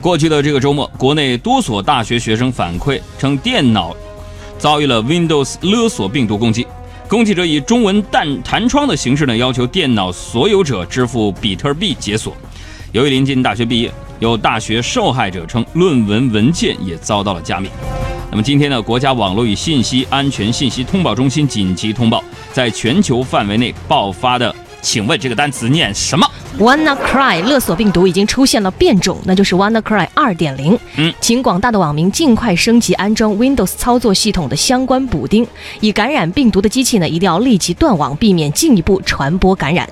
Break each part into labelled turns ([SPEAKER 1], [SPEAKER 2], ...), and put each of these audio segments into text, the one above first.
[SPEAKER 1] 过去的这个周末，国内多所大学学生反馈称，电脑遭遇了 Windows 勒索病毒攻击。攻击者以中文弹弹窗的形式呢，要求电脑所有者支付比特币解锁。由于临近大学毕业，有大学受害者称，论文文件也遭到了加密。那么今天呢，国家网络与信息安全信息通报中心紧急通报，在全球范围内爆发的，请问这个单词念什么？
[SPEAKER 2] WannaCry 勒索病毒已经出现了变种，那就是 WannaCry 2.0。
[SPEAKER 1] 嗯
[SPEAKER 2] 请广大的网民尽快升级安装 Windows 操作系统的相关补丁。已感染病毒的机器呢，一定要立即断网，避免进一步传播感染。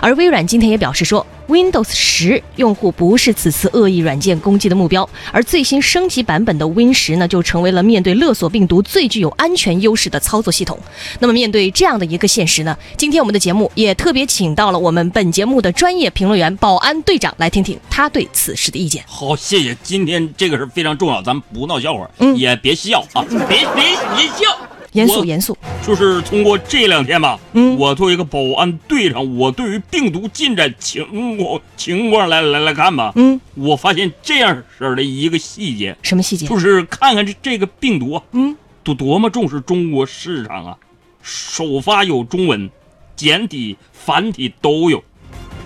[SPEAKER 2] 而微软今天也表示说，Windows 10用户不是此次恶意软件攻击的目标，而最新升级版本的 Win 10呢，就成为了面对勒索病毒最具有安全优势的操作系统。那么面对这样的一个现实呢，今天我们的节目也特别请到了我们本节目的专业评论员保安队长来听听他对此事的意见。
[SPEAKER 1] 好，谢谢。今天这个是非常重要，咱们不闹笑话，
[SPEAKER 2] 嗯
[SPEAKER 1] 也别笑啊，别别别笑，
[SPEAKER 2] 严肃
[SPEAKER 1] 我
[SPEAKER 2] 严肃，
[SPEAKER 1] 就是通过这两天吧，
[SPEAKER 2] 嗯
[SPEAKER 1] 我作为一个保安队长，我对于病毒进展情况情况来来来看吧，
[SPEAKER 2] 嗯，
[SPEAKER 1] 我发现这样式儿的一个细节，
[SPEAKER 2] 什么细节？
[SPEAKER 1] 就是看看这这个病毒啊，
[SPEAKER 2] 嗯，
[SPEAKER 1] 多多么重视中国市场啊，首发有中文，简体、繁体都有，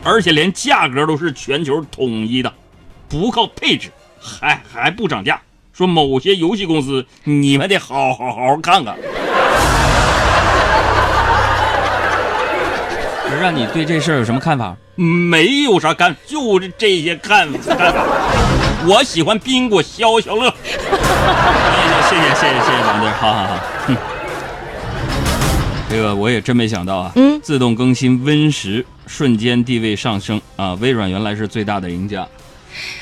[SPEAKER 1] 而且连价格都是全球统一的，不靠配置，还还不涨价。说某些游戏公司，你们得好好好看看。
[SPEAKER 3] 不是让你对这事儿有什么看法？
[SPEAKER 1] 没有啥看，就是这些看看法。我喜欢宾果消消乐。
[SPEAKER 3] 谢谢谢谢谢谢王队，好好好。
[SPEAKER 1] 这个我也真没想到啊，
[SPEAKER 2] 嗯
[SPEAKER 1] 自动更新 Win 十瞬间地位上升啊，微软原来是最大的赢家。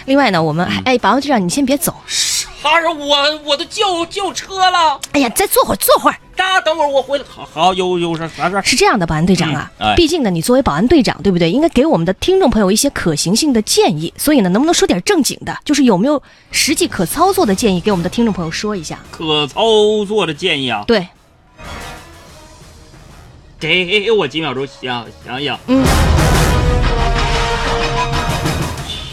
[SPEAKER 2] 另外呢，我们哎，保安队长，你先别走，
[SPEAKER 3] 啥时候我我都叫叫车了？
[SPEAKER 2] 哎呀，再坐会儿，坐会儿。
[SPEAKER 3] 大家等会儿我回来。好
[SPEAKER 1] 好，有有啥啥事儿？
[SPEAKER 2] 是这样的，保安队长啊，
[SPEAKER 1] 嗯哎
[SPEAKER 2] 毕竟呢，你作为保安队长，对不对？应该给我们的听众朋友一些可行性的建议。所以呢，能不能说点正经的，就是有没有实际可操作的建议给我们的听众朋友说一下？
[SPEAKER 1] 可操作的建议啊，
[SPEAKER 2] 对，
[SPEAKER 1] 给我几秒钟想想想。
[SPEAKER 2] 嗯，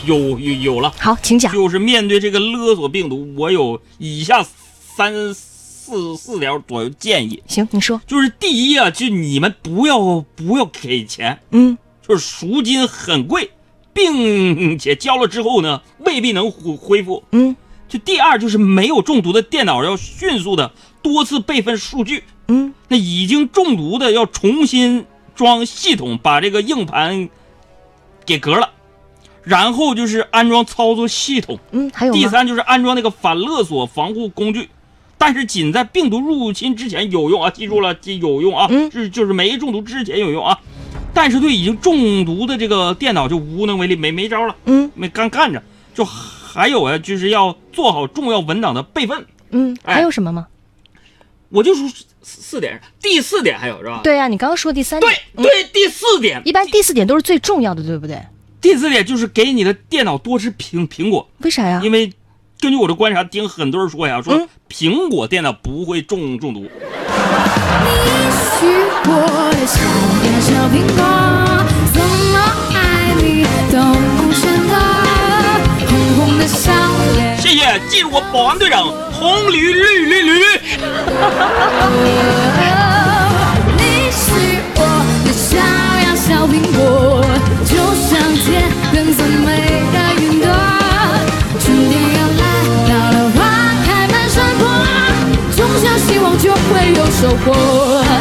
[SPEAKER 1] 有有有了，
[SPEAKER 2] 好，请讲。
[SPEAKER 1] 就是面对这个勒索病毒，我有以下三四四条左右建议。
[SPEAKER 2] 行，你说，
[SPEAKER 1] 就是第一啊，就你们不要不要给钱，
[SPEAKER 2] 嗯，
[SPEAKER 1] 就是赎金很贵，并且交了之后呢，未必能恢恢复。
[SPEAKER 2] 嗯，
[SPEAKER 1] 就第二就是没有中毒的电脑要迅速的多次备份数据，
[SPEAKER 2] 嗯，
[SPEAKER 1] 那已经中毒的要重新装系统，把这个硬盘给革了，然后就是安装操作系统。
[SPEAKER 2] 嗯，还有
[SPEAKER 1] 第
[SPEAKER 2] 吗？
[SPEAKER 1] 三就是安装那个反勒索防护工具，但是仅在病毒入侵之前有用啊，记住了，记有用啊，
[SPEAKER 2] 嗯
[SPEAKER 1] 是就是没中毒之前有用啊，但是对已经中毒的这个电脑就无能为力，没没招了，
[SPEAKER 2] 嗯
[SPEAKER 1] 没干干着。就还有啊，就是要做好重要文档的备份。
[SPEAKER 2] 嗯，
[SPEAKER 1] 哎
[SPEAKER 2] 还有什么吗？
[SPEAKER 1] 我就说四四点，第四点还有是吧？
[SPEAKER 2] 对呀、啊你刚刚说第三点，
[SPEAKER 1] 对对，第四点，
[SPEAKER 2] 一般第四点都是最重要的，对不对？
[SPEAKER 1] 第四点就是给你的电脑多吃苹苹果，
[SPEAKER 2] 为啥呀？
[SPEAKER 1] 因为根据我的观察，听很多人说呀，说
[SPEAKER 2] 啊嗯
[SPEAKER 1] 苹果电脑不会中中毒。
[SPEAKER 4] 许我的小呀小苹果，怎么爱你都不嫌多。红红的笑脸，
[SPEAKER 1] 谢谢，记住我保安队长，红驴绿绿驴。
[SPEAKER 4] 你是我的小呀小苹果，就像天边最美的云朵。春天要来到了，花开满山坡，种下希望就会有收获。